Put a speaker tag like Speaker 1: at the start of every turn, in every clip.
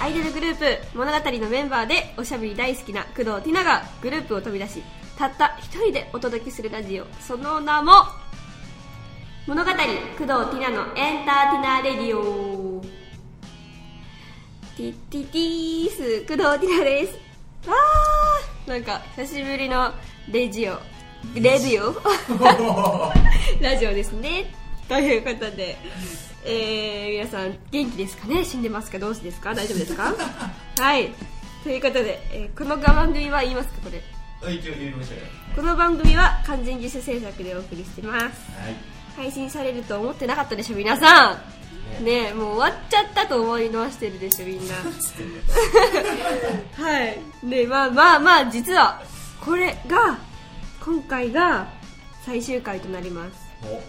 Speaker 1: アイドルグループ物語のメンバーでおしゃべり大好きな工藤ティナがグループを飛び出したった一人でお届けするラジオその名も物語工藤ティナのエンターティナーレディオティッティティース工藤ティナですわーなんか久しぶりのレジオレディオ ラジオですねということで、えー、皆さん元気ですかね死んでますかどうですか大丈夫ですかはいということで、えーこの番組は言いますかこれ
Speaker 2: あ一応言いましたよ
Speaker 1: この番組は完全自主制作でお送りしてます
Speaker 2: はい
Speaker 1: 配信されると思ってなかったでしょ皆さんねえもう終わっちゃったと思い直してるでしょみんな はいでまあまあまあ実はこれが今回が最終回となります
Speaker 2: お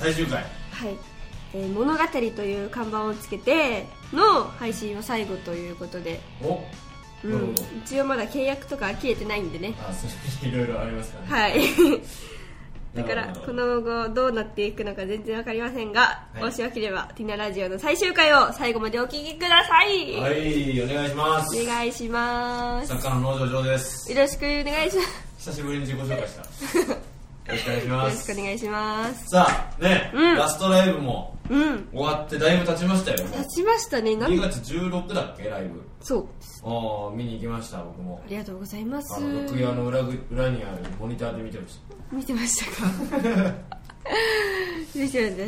Speaker 2: 最終回
Speaker 1: はい、えー物語という看板をつけての配信は最後ということで、
Speaker 2: お
Speaker 1: う
Speaker 2: なるほ
Speaker 1: ん
Speaker 2: ど、
Speaker 1: 一応まだ契約とかは切れてないんでね
Speaker 2: あそれいろいろありますからね
Speaker 1: はいだか
Speaker 2: な
Speaker 1: ら
Speaker 2: るほ
Speaker 1: こ
Speaker 2: ど
Speaker 1: の後どうなっていくのか全然わかりませんが、
Speaker 2: はい
Speaker 1: もしよければティナラジオの最終回を最後までお聞きください、
Speaker 2: はいお願いします
Speaker 1: お願いします
Speaker 2: 作家の農場上です
Speaker 1: よろしくお願いします
Speaker 2: 久しぶりに自己紹介したよろしくお願いし
Speaker 1: よろ
Speaker 2: ま
Speaker 1: しくお
Speaker 2: す
Speaker 1: 願いします
Speaker 2: さあね、
Speaker 1: うん
Speaker 2: ラストライブも
Speaker 1: うん
Speaker 2: 終わってだいぶ経ちましたよもう
Speaker 1: 立ちましたねな
Speaker 2: 2
Speaker 1: ん
Speaker 2: 月16だっけライブ
Speaker 1: そう
Speaker 2: ああ見に行きました僕も
Speaker 1: ありがとうございます
Speaker 2: あの福屋の裏ぐ裏にあるモニターで見てまし
Speaker 1: 見てましたか 見てまし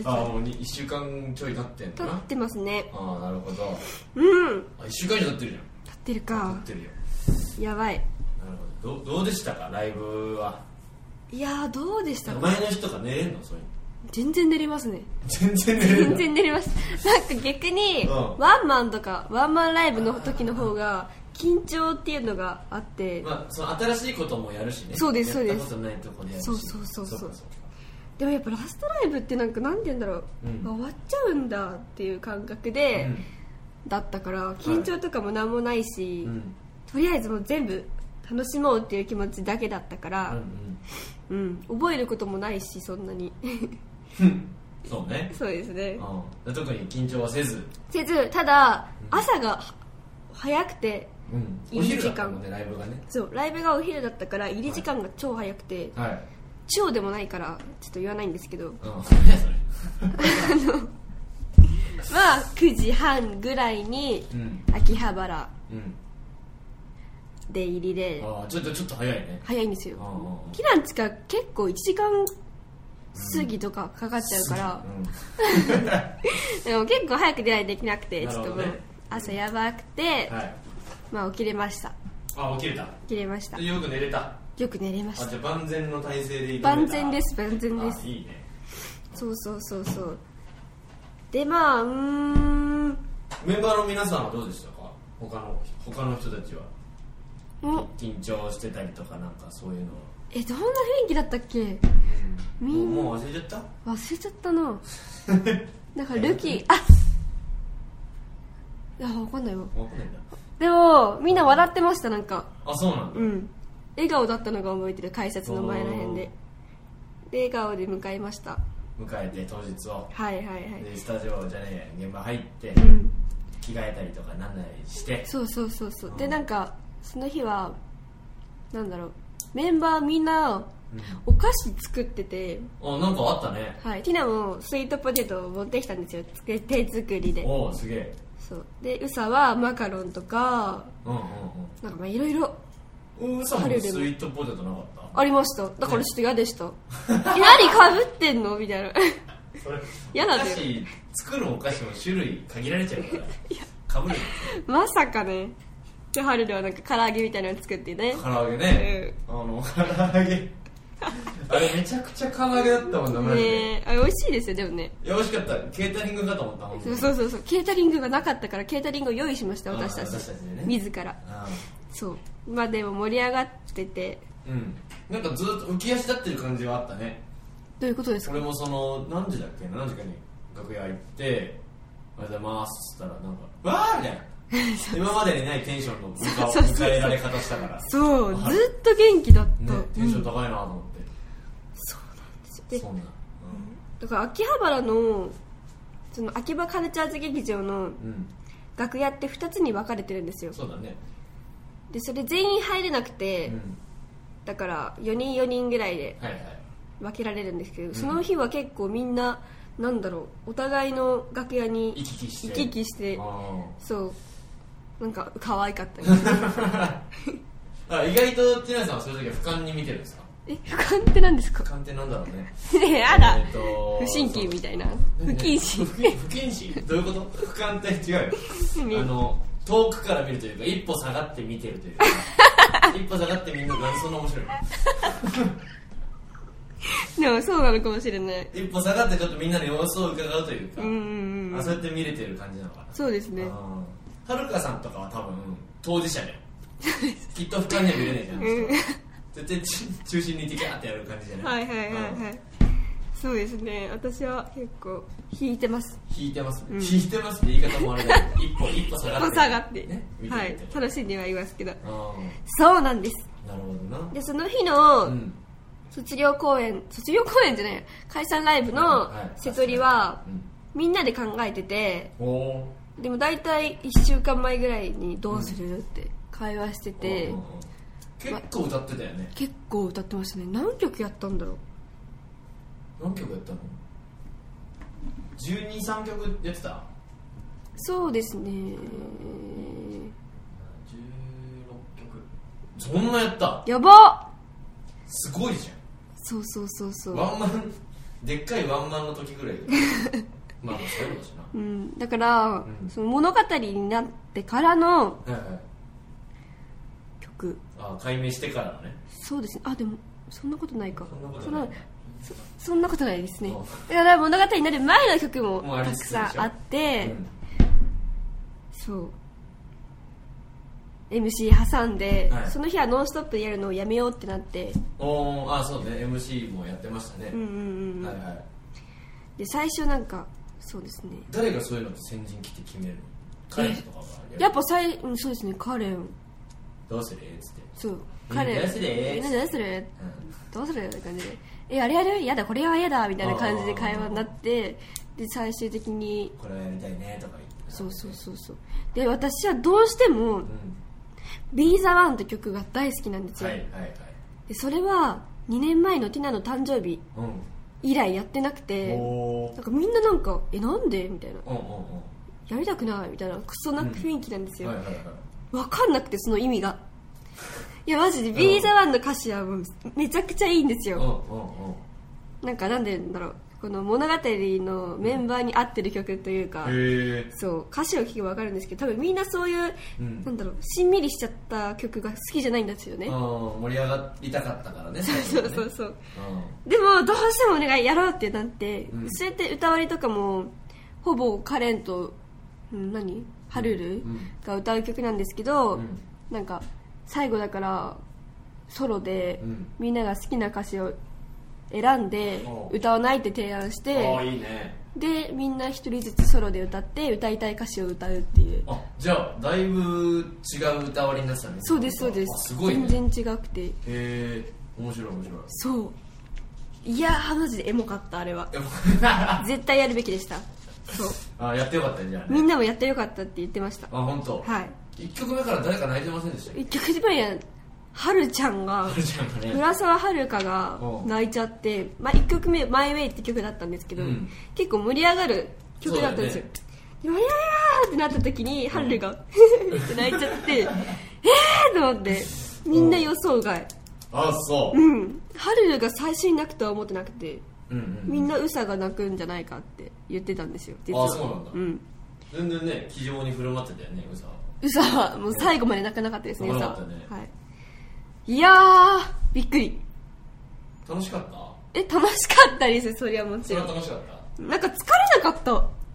Speaker 1: た
Speaker 2: たああもう1週間ちょい経ってん
Speaker 1: 撮
Speaker 2: だ
Speaker 1: っ
Speaker 2: な
Speaker 1: てますね
Speaker 2: ああなるほど
Speaker 1: うん
Speaker 2: あ1週間以上経ってるじゃん
Speaker 1: 撮ってる
Speaker 2: 撮
Speaker 1: か
Speaker 2: ってるよ
Speaker 1: やばい
Speaker 2: なるほどどうどうでしたかライブはい
Speaker 1: やーどうでしたか
Speaker 2: 前の日とか寝れんのそういうの
Speaker 1: 全然寝れますね
Speaker 2: 全然寝れる
Speaker 1: 全然寝れますなんか逆に
Speaker 2: うん
Speaker 1: ワンマンとかワンマンライブの時の方が緊張っていうのがあって
Speaker 2: まあその新しいこともやるしね
Speaker 1: そうですそうです
Speaker 2: やったことないとこでやるし
Speaker 1: そうそうそうそう
Speaker 2: かそうか
Speaker 1: でもやっぱラストライブってなんかなんて言うんだろう、
Speaker 2: うん
Speaker 1: あ終わっちゃうんだっていう感覚で、
Speaker 2: うん
Speaker 1: だったから緊張とかもなんもないし、
Speaker 2: うん
Speaker 1: とりあえずもう全部楽しもうっていう気持ちだけだったか
Speaker 2: う
Speaker 1: ら、
Speaker 2: ん
Speaker 1: うん、覚えることもないしそんな に
Speaker 2: うん そうね
Speaker 1: そうですね
Speaker 2: うん特に緊張はせず
Speaker 1: せずただ朝がは早くて
Speaker 2: うん
Speaker 1: いい
Speaker 2: お昼だっ
Speaker 1: 時
Speaker 2: た
Speaker 1: 間
Speaker 2: もんねライブがね
Speaker 1: そうライブがお昼だったから入り時間が超早くて
Speaker 2: はい
Speaker 1: 超でもないからちょっと言わないんですけど
Speaker 2: うんそれそれ
Speaker 1: まあ9時半ぐらいに
Speaker 2: うん
Speaker 1: 秋葉原
Speaker 2: うん
Speaker 1: で入りで
Speaker 2: ああちょっとちょっと早いね
Speaker 1: 早いんです
Speaker 2: うん
Speaker 1: よ
Speaker 2: うんうん
Speaker 1: キランチか結構1時間過ぎとかかかっちゃうから、でも結構早く出ないといけなくて
Speaker 2: な
Speaker 1: ち
Speaker 2: る
Speaker 1: ょっ
Speaker 2: ほ
Speaker 1: と
Speaker 2: ど
Speaker 1: も
Speaker 2: ね
Speaker 1: う朝やばくて、
Speaker 2: うんはい
Speaker 1: まあ起きれました
Speaker 2: あ起きれた
Speaker 1: 起きれました
Speaker 2: よく寝れたあ
Speaker 1: よく寝れまし
Speaker 2: じゃ
Speaker 1: た
Speaker 2: あ万全の体勢でい
Speaker 1: 万全です万全です
Speaker 2: いいね
Speaker 1: そうそうそうそうでまあうーん
Speaker 2: メンバーの皆さんはどうでしたか他の他の人たちは
Speaker 1: お
Speaker 2: 緊張してたりとかなんかそういうのは
Speaker 1: えどんな雰囲気だったっけみ
Speaker 2: もうん
Speaker 1: な
Speaker 2: もう忘れち ゃっ
Speaker 1: 忘れちゃったな
Speaker 2: た
Speaker 1: なんかルキあいやわかんないわ
Speaker 2: わかんないんだ
Speaker 1: でもみんな笑ってましたなんか
Speaker 2: あそうなんだ
Speaker 1: うん笑顔だったのが覚えてる改札の前らへんでで笑顔で迎えました
Speaker 2: 迎えて当日を
Speaker 1: はいはいはい、
Speaker 2: でスタジオじゃねえや現場入って
Speaker 1: うん
Speaker 2: 着替えたりとかなんなりして
Speaker 1: そうそうそうそうでなんかその日はなんだろうメンバーみんなお菓子作ってて、
Speaker 2: あなんかあったね
Speaker 1: はい、ティナもスイートポテトを持ってきたんですよつけ手作りで
Speaker 2: おおすげえ
Speaker 1: そうでウサはマカロンとか
Speaker 2: うんうん
Speaker 1: なんかまあいろいろ
Speaker 2: うんうんさもスイ
Speaker 1: 彼でも
Speaker 2: ートポテトなかっ
Speaker 1: ありましただからちょっと嫌で した、え何かぶってんのみたいな
Speaker 2: たそれ
Speaker 1: 嫌なん
Speaker 2: お
Speaker 1: だ
Speaker 2: 菓
Speaker 1: よ
Speaker 2: 子作るお菓子も種類限られちゃうからか ぶる
Speaker 1: まさかねで春ではなんか唐揚げみたいなの作ってね
Speaker 2: 唐揚げね、あの唐揚げあれめちゃくちゃ唐揚げだったもんなマジで、
Speaker 1: ねあれ美味しいですよでもね
Speaker 2: いや美味しかったケータリングかと思ったほんと
Speaker 1: そう
Speaker 2: に
Speaker 1: そうそうそうケータリングがなかったからケータリングを用意しました
Speaker 2: あー
Speaker 1: 私たち
Speaker 2: 私たちでね
Speaker 1: 自ら
Speaker 2: あ
Speaker 1: そうまあでも盛り上がってて
Speaker 2: ーうんなんかずっと浮き足立ってる感じはあったね
Speaker 1: どういうことですか
Speaker 2: 俺もその何時だっけ何時かに楽屋行って「おはようございます」っつったらなんか「わー!」みた いな今までにないテンションの迎
Speaker 1: そうそうそう
Speaker 2: 迎えられ方したから
Speaker 1: そうず
Speaker 2: あ
Speaker 1: っと元気だった、
Speaker 2: ねテンション高いなと思って、
Speaker 1: で
Speaker 2: そうなんだ
Speaker 1: だから秋葉原のその秋葉カルチャーズ劇場の
Speaker 2: うん、うん、
Speaker 1: 楽屋って2つに分かれてるんですよ
Speaker 2: そうだね
Speaker 1: でそれ全員入れなく
Speaker 2: う
Speaker 1: て、
Speaker 2: ん
Speaker 1: だから4人4人ぐらいで
Speaker 2: はいはい
Speaker 1: 分けられるんですけど、その日は結構みんななんだろうお互いの楽屋に
Speaker 2: 行き来して
Speaker 1: 行き来して
Speaker 2: あ
Speaker 1: そうなんか可愛かった です
Speaker 2: ーあ意外とティナさんはそういう時は俯瞰に見てるんですか
Speaker 1: え俯瞰って何ですか
Speaker 2: 俯瞰ってなんだろうね
Speaker 1: ねえやだ、
Speaker 2: えーと
Speaker 1: 不審期みたいな
Speaker 2: そう
Speaker 1: 不謹慎
Speaker 2: 不不謹慎どういうこと俯瞰って違う
Speaker 1: 何
Speaker 2: よあの遠くから見るというか一歩下がって見てる というか一歩下がってみんな何そんな面白いの
Speaker 1: でもそうなのかもしれない
Speaker 2: 一歩下がってちょっとみんなの様子を伺うというか、
Speaker 1: うんうんう
Speaker 2: あ
Speaker 1: ん
Speaker 2: そうやって見れてる感じなのかな
Speaker 1: そうですね
Speaker 2: あーはるかさんとかは多分当事者だよきっと俯瞰には見れないじゃないですか絶対ち中心にいてギャーってやる感じじゃな
Speaker 1: はいいはいはいは
Speaker 2: うん
Speaker 1: いそうですね私は結構引いてます
Speaker 2: 引いてますね、
Speaker 1: うん
Speaker 2: 引いてますって言い方もあれだけど一歩一歩下がって
Speaker 1: お 下がって、
Speaker 2: ね見て
Speaker 1: は
Speaker 2: る
Speaker 1: い
Speaker 2: ってこと
Speaker 1: 楽しんではいますけど
Speaker 2: あ
Speaker 1: そうなんです
Speaker 2: ーなるほどな
Speaker 1: でその日の、
Speaker 2: うん
Speaker 1: 卒業公演卒業公演じゃない解散ライブの
Speaker 2: はい
Speaker 1: 瀬戸りは
Speaker 2: うん
Speaker 1: みんなで考えてて
Speaker 2: おー
Speaker 1: でも大体1週間前ぐらいにどうするって会話してて、
Speaker 2: うんうんうん結構歌ってたよね
Speaker 1: 結構歌ってましたね何曲やったんだろう
Speaker 2: 何曲やったの1 2 3曲やってた
Speaker 1: そうですね
Speaker 2: 16曲そんなやった
Speaker 1: やばっ
Speaker 2: すごいじゃ
Speaker 1: そうそうそうそ
Speaker 2: ん
Speaker 1: う、
Speaker 2: ワンマンでっかいワンマンの時ぐらい まあまあそういうことだし
Speaker 1: うん、だから、
Speaker 2: うん
Speaker 1: その物語になってからの
Speaker 2: なはいはい
Speaker 1: 曲
Speaker 2: あ解明してからのね
Speaker 1: そうですねあでもそんなことないか
Speaker 2: そんなことない
Speaker 1: そんなそそんなことないですね
Speaker 2: そ
Speaker 1: だ
Speaker 2: う
Speaker 1: から物語になる前の曲も
Speaker 2: もうあり
Speaker 1: たく
Speaker 2: つつでしょ
Speaker 1: さんあって、
Speaker 2: うん
Speaker 1: そう MC 挟んで、
Speaker 2: はい
Speaker 1: その日は「ノンストップ!」でやるのをやめようってなって
Speaker 2: おーあそうね MC もやってましたね
Speaker 1: うん、うんうん、
Speaker 2: はいはい
Speaker 1: で最初なんかそうですね
Speaker 2: 誰がそういうのって先陣切って決めるの彼とかが
Speaker 1: やっぱ最、うん、そうですねカレン
Speaker 2: どうするっつって
Speaker 1: そう
Speaker 2: みん
Speaker 1: カ
Speaker 2: な
Speaker 1: レン
Speaker 2: どうする
Speaker 1: みんなどうするどうするって感じで「えあれやるやだこれはやだ」みたいな感じで会話になってで最終的に
Speaker 2: これはやりたいねとか言って
Speaker 1: そうそうそうそうで私はどうしても
Speaker 2: う
Speaker 1: 「BeTheOne」って曲が大好きなんです
Speaker 2: ん
Speaker 1: よ、
Speaker 2: はいはいはい
Speaker 1: でそれは2年前のティナの誕生日
Speaker 2: うん
Speaker 1: 以来やってなくて
Speaker 2: おー
Speaker 1: なんかみんななんか「えなんで?」みたいな
Speaker 2: うんうん
Speaker 1: 「やりたくない」みたいなクソな雰囲気なんです
Speaker 2: うん
Speaker 1: よ、
Speaker 2: はいはいはい
Speaker 1: わかんなくてその意味 がいやマジで BeTheOne の歌詞はもうめちゃくちゃいいんです
Speaker 2: うん
Speaker 1: よ、
Speaker 2: うん
Speaker 1: なんかなんでだろうこの物語のメンバーに合ってる曲というか、
Speaker 2: うんへえ
Speaker 1: そう歌詞を聴けば分かるんですけど多分みんなそういう、
Speaker 2: うん
Speaker 1: なんだろうしんみりしちゃった曲が好きじゃないんですよね、
Speaker 2: 盛り上がりたかったから ね
Speaker 1: そ
Speaker 2: そう
Speaker 1: そうそう
Speaker 2: うん
Speaker 1: でもどうしてもお願いやろうってなって、
Speaker 2: うん
Speaker 1: そうやって歌割りとかもほぼカレンと、うん、何ハルル
Speaker 2: うん
Speaker 1: が歌う曲なんですけど、
Speaker 2: うん
Speaker 1: なんか最後だからソロで
Speaker 2: うん
Speaker 1: みんなが好きな歌詞を選んで
Speaker 2: お
Speaker 1: 歌わないって提案し
Speaker 2: ああ
Speaker 1: て
Speaker 2: いいね
Speaker 1: でみんな一人ずつソロで歌って歌いたい歌詞を歌うっていう
Speaker 2: あじゃあだいぶ違う歌割りになってたね
Speaker 1: そうですそうで
Speaker 2: あ
Speaker 1: す
Speaker 2: すごいねへ
Speaker 1: 全然違くて
Speaker 2: え面白い面白い
Speaker 1: そういやーマジでエモかったあれは
Speaker 2: でも
Speaker 1: 絶対やるべきでしたそう
Speaker 2: あやってよかったねじゃあね
Speaker 1: みんなもやってよかったって言ってました
Speaker 2: あ本当。
Speaker 1: はい
Speaker 2: 一曲目から誰か泣いてませんでしたっけ
Speaker 1: 一曲目やはるちゃんが
Speaker 2: あるじゃんかね
Speaker 1: 浦沢遥香が泣いちゃって、まあ、1曲目「マイ・ウェイ」って曲だったんですけど、
Speaker 2: うん
Speaker 1: 結構盛り上がる曲だったんですよ
Speaker 2: そ
Speaker 1: 「
Speaker 2: う
Speaker 1: で盛り上がー!」ってなった時にハ ルがって泣いちゃって「えー!」と思ってみんな予想外
Speaker 2: あそううん
Speaker 1: ハルが最初に泣くとは思ってなくて
Speaker 2: うんうん
Speaker 1: みんなウサが泣くんじゃないかって言ってたんですよ実は
Speaker 2: あそうなんだ
Speaker 1: うん
Speaker 2: 全然ね気丈に振る舞ってたよねうさは
Speaker 1: ウサはもう最後まで泣かなかったですねウ
Speaker 2: 泣
Speaker 1: サ
Speaker 2: かな
Speaker 1: は
Speaker 2: かったね
Speaker 1: はい、いやーびっくり
Speaker 2: 楽しかった
Speaker 1: え楽しかったですそりゃも
Speaker 2: そ
Speaker 1: ち
Speaker 2: れ
Speaker 1: ろん
Speaker 2: は楽しかった
Speaker 1: なんか疲れなかった、
Speaker 2: ええ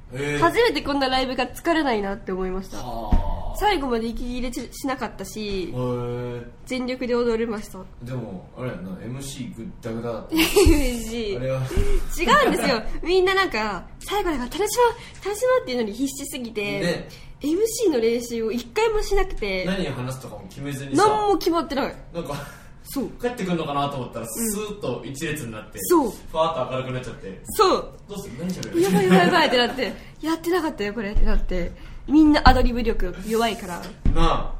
Speaker 1: 初めてこんなライブが疲れないなって思いました
Speaker 2: はあ
Speaker 1: 最後まで息切れしなかったし
Speaker 2: へ
Speaker 1: 全力で踊れました
Speaker 2: えでもあれやな MC ぐったぐだだった
Speaker 1: 嬉しい違う
Speaker 2: あ
Speaker 1: ん
Speaker 2: れは
Speaker 1: ですよみんななんか最後だから楽しもう楽しもうっていうのに必死すぎて、
Speaker 2: ね
Speaker 1: MC の練習を一回もしなくて
Speaker 2: 何を話すとかも決めずにさ
Speaker 1: 何も決まってない
Speaker 2: なんか
Speaker 1: そう
Speaker 2: 帰ってくるのかなと思ったらスーッと一列になって、
Speaker 1: そう
Speaker 2: ファーッと明るくなっちゃって
Speaker 1: そう
Speaker 2: どうする何しゃべる
Speaker 1: やばいやばいやばいってなってやってなかったよこれってなってみんなアドリブ力弱いから
Speaker 2: なあ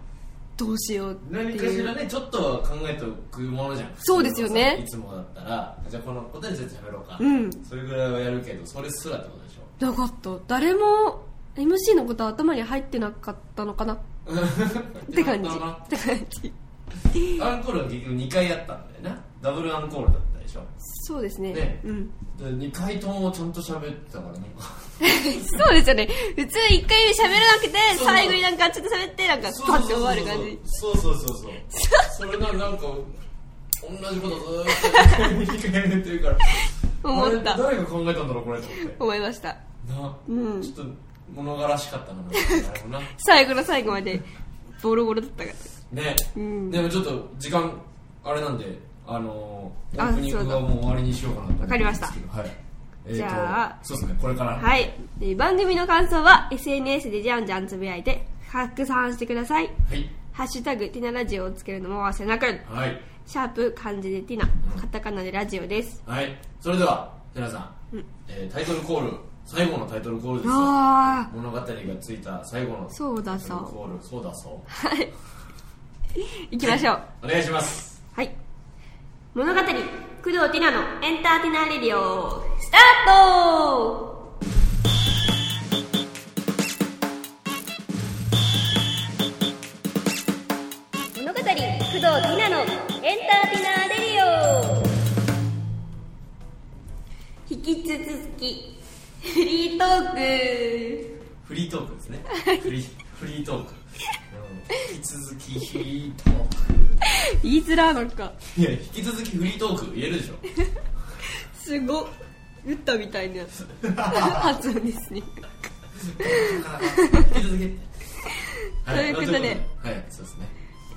Speaker 1: どうしようって
Speaker 2: 何かし
Speaker 1: い
Speaker 2: ら
Speaker 1: う
Speaker 2: ねちょっとは考えておくものじゃん
Speaker 1: そうですよね
Speaker 2: いつもだったらじゃあこのことについて喋ろうか、
Speaker 1: うん
Speaker 2: それぐらいはやるけどそれすらってことでしょ
Speaker 1: なかった誰も MC のことは頭に入ってなかったのかな って感じ
Speaker 2: なか
Speaker 1: って感じ
Speaker 2: アンコールは結局2回やったんだよなダブルアンコールだったでしょ
Speaker 1: そうですね
Speaker 2: ね
Speaker 1: うん、
Speaker 2: で2回ともちゃんと喋ってたからなんか
Speaker 1: そうですよね普通1回目喋らなくて
Speaker 2: そう
Speaker 1: 最後になんかちょっと喋ってなんかパッて終わる感じ
Speaker 2: そうそうそうそうそれがなんか同じことずーっと2回目って言うから
Speaker 1: 思った
Speaker 2: あれ誰が考えたんだろうこれと思って
Speaker 1: 思いました
Speaker 2: な、
Speaker 1: うん
Speaker 2: ちょっと物悲しかったなあれもな
Speaker 1: 最後の最後までボロボロだったから
Speaker 2: ね、
Speaker 1: うん
Speaker 2: でもちょっと時間あれなんであのー、オ
Speaker 1: あ
Speaker 2: ープニングがもう終わりにしようかなと思
Speaker 1: わかりました
Speaker 2: はいえーと
Speaker 1: じゃあ
Speaker 2: そうですねこれから
Speaker 1: はいで番組の感想は SNS でじゃんじゃんつぶやいて拡散してください
Speaker 2: はい
Speaker 1: ハッシュタグティナラジオをつけるのも忘れなく
Speaker 2: はい
Speaker 1: シャープ漢字でティナカタカナでラジオです
Speaker 2: はいそれでは皆さん、えータイトルコール最後のタイトルコールですよ
Speaker 1: ああ
Speaker 2: 物語がついた最後の
Speaker 1: そうだそう
Speaker 2: タイトルコールそうだそう
Speaker 1: はい行きましょう
Speaker 2: お願いします
Speaker 1: はい物語工藤ティナのエンターティナーレディオスタート物語工藤ティナのエンターティナーレディオ引き続きフリートーク
Speaker 2: フリートークですねフリーフリートークうん引き続きフリートーク
Speaker 1: 言いづらなんか
Speaker 2: いや引き続きフリートーク言えるでしょ
Speaker 1: すごっ打ったみたいな 発音ですね
Speaker 2: 引き続きは
Speaker 1: ということで
Speaker 2: はいそうですね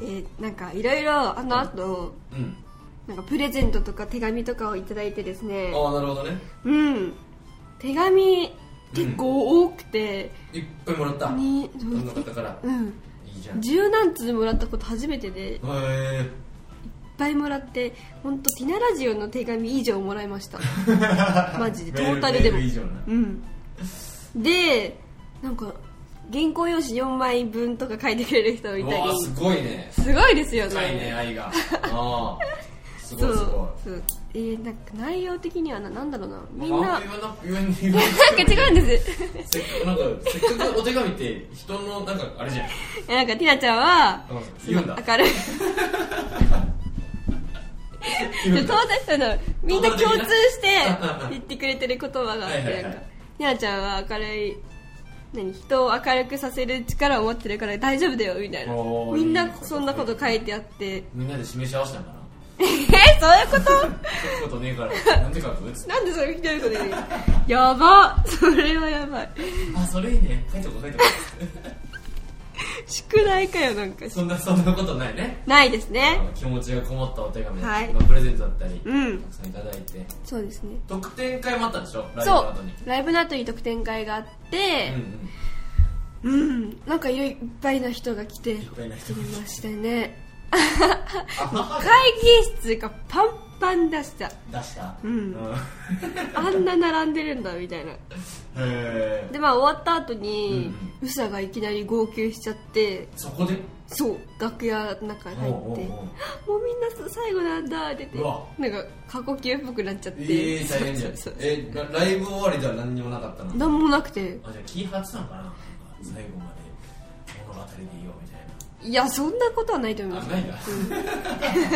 Speaker 1: えーなんかいろいろあの後、
Speaker 2: うん
Speaker 1: なんかプレゼントとか手紙とかをいただいてですね
Speaker 2: ああなるほどね
Speaker 1: うん手紙結構多くて、
Speaker 2: いっぱいもらった
Speaker 1: に
Speaker 2: この方から
Speaker 1: うん
Speaker 2: いいじゃんへ
Speaker 1: 十何通もらったこと初めてでいっ
Speaker 2: え
Speaker 1: ぱいもらって本当ティナラジオの手紙以上もらいま したマジでトータルでも
Speaker 2: メール以上な
Speaker 1: うんでなんか原稿用紙4枚分とか書いてくれる人もいうたり
Speaker 2: わすごいね
Speaker 1: すごいですよね
Speaker 2: 深いね愛がああす
Speaker 1: そ
Speaker 2: ご
Speaker 1: う
Speaker 2: いすご
Speaker 1: そうえー、なんか内容的にはななんだろうないみんな
Speaker 2: あ言わな言わな言わ
Speaker 1: なんか違うんです
Speaker 2: せっかなんかせっかくお手紙って人のなんかあれじゃん
Speaker 1: えなんかティナちゃんは
Speaker 2: うん言うんだ
Speaker 1: 明るい
Speaker 2: 言う
Speaker 1: で
Speaker 2: ん
Speaker 1: ト
Speaker 2: だ
Speaker 1: ータルあのみんな共通して
Speaker 2: うん
Speaker 1: 言ってくれてる言葉があっ
Speaker 2: はいは
Speaker 1: て
Speaker 2: い
Speaker 1: なん
Speaker 2: はい
Speaker 1: かティナちゃんは明るい何人を明るくさせる力を持ってるから大丈夫だよみたいな
Speaker 2: おー
Speaker 1: みん
Speaker 2: いい
Speaker 1: な
Speaker 2: こと
Speaker 1: そんなこと書いてあって
Speaker 2: みんなで示し合わせたんかな
Speaker 1: えー、そういうこと
Speaker 2: 書くことねえからなんて書くつって
Speaker 1: なんでそれ一人でやばそれはやばい
Speaker 2: あそれいいね書いとこう書いとこ
Speaker 1: 宿題かよなんか
Speaker 2: うそんなそんなことないね
Speaker 1: ないです
Speaker 2: あ
Speaker 1: ね
Speaker 2: の気持ちがこもったお手紙が、
Speaker 1: はい
Speaker 2: プレゼントだったり、
Speaker 1: うん
Speaker 2: たくさんいただいて
Speaker 1: そうですね
Speaker 2: 特典会もあったんでしょライブ
Speaker 1: そ
Speaker 2: の
Speaker 1: う
Speaker 2: 後に
Speaker 1: ライブの後に特典会があって
Speaker 2: んうん
Speaker 1: うん、なんかいろいっぱいな人が来て
Speaker 2: いっぱいな人
Speaker 1: 来ましたね
Speaker 2: あ
Speaker 1: 会議室がパンパン出した
Speaker 2: 出した
Speaker 1: うん
Speaker 2: へ
Speaker 1: あんな並んでるんだみたいな
Speaker 2: え
Speaker 1: でまあ終わった後に
Speaker 2: うん
Speaker 1: ウサがいきなり号泣しちゃって
Speaker 2: そこで
Speaker 1: そう楽屋の中に入って
Speaker 2: おうおうおう
Speaker 1: もうみんなす最後なんだって
Speaker 2: うわ
Speaker 1: 言ってなんか過呼吸っぽくなっちゃって
Speaker 2: ええー、大変じゃん
Speaker 1: そうそうそう
Speaker 2: えラライブ終わりでは何にもなかったの
Speaker 1: 何もなくて
Speaker 2: あじゃあ気張ってたのかななんか最後まで物語でいようみたい
Speaker 1: いやそんなことはないと思い
Speaker 2: な
Speaker 1: ま
Speaker 2: あ
Speaker 1: す
Speaker 2: ないんだ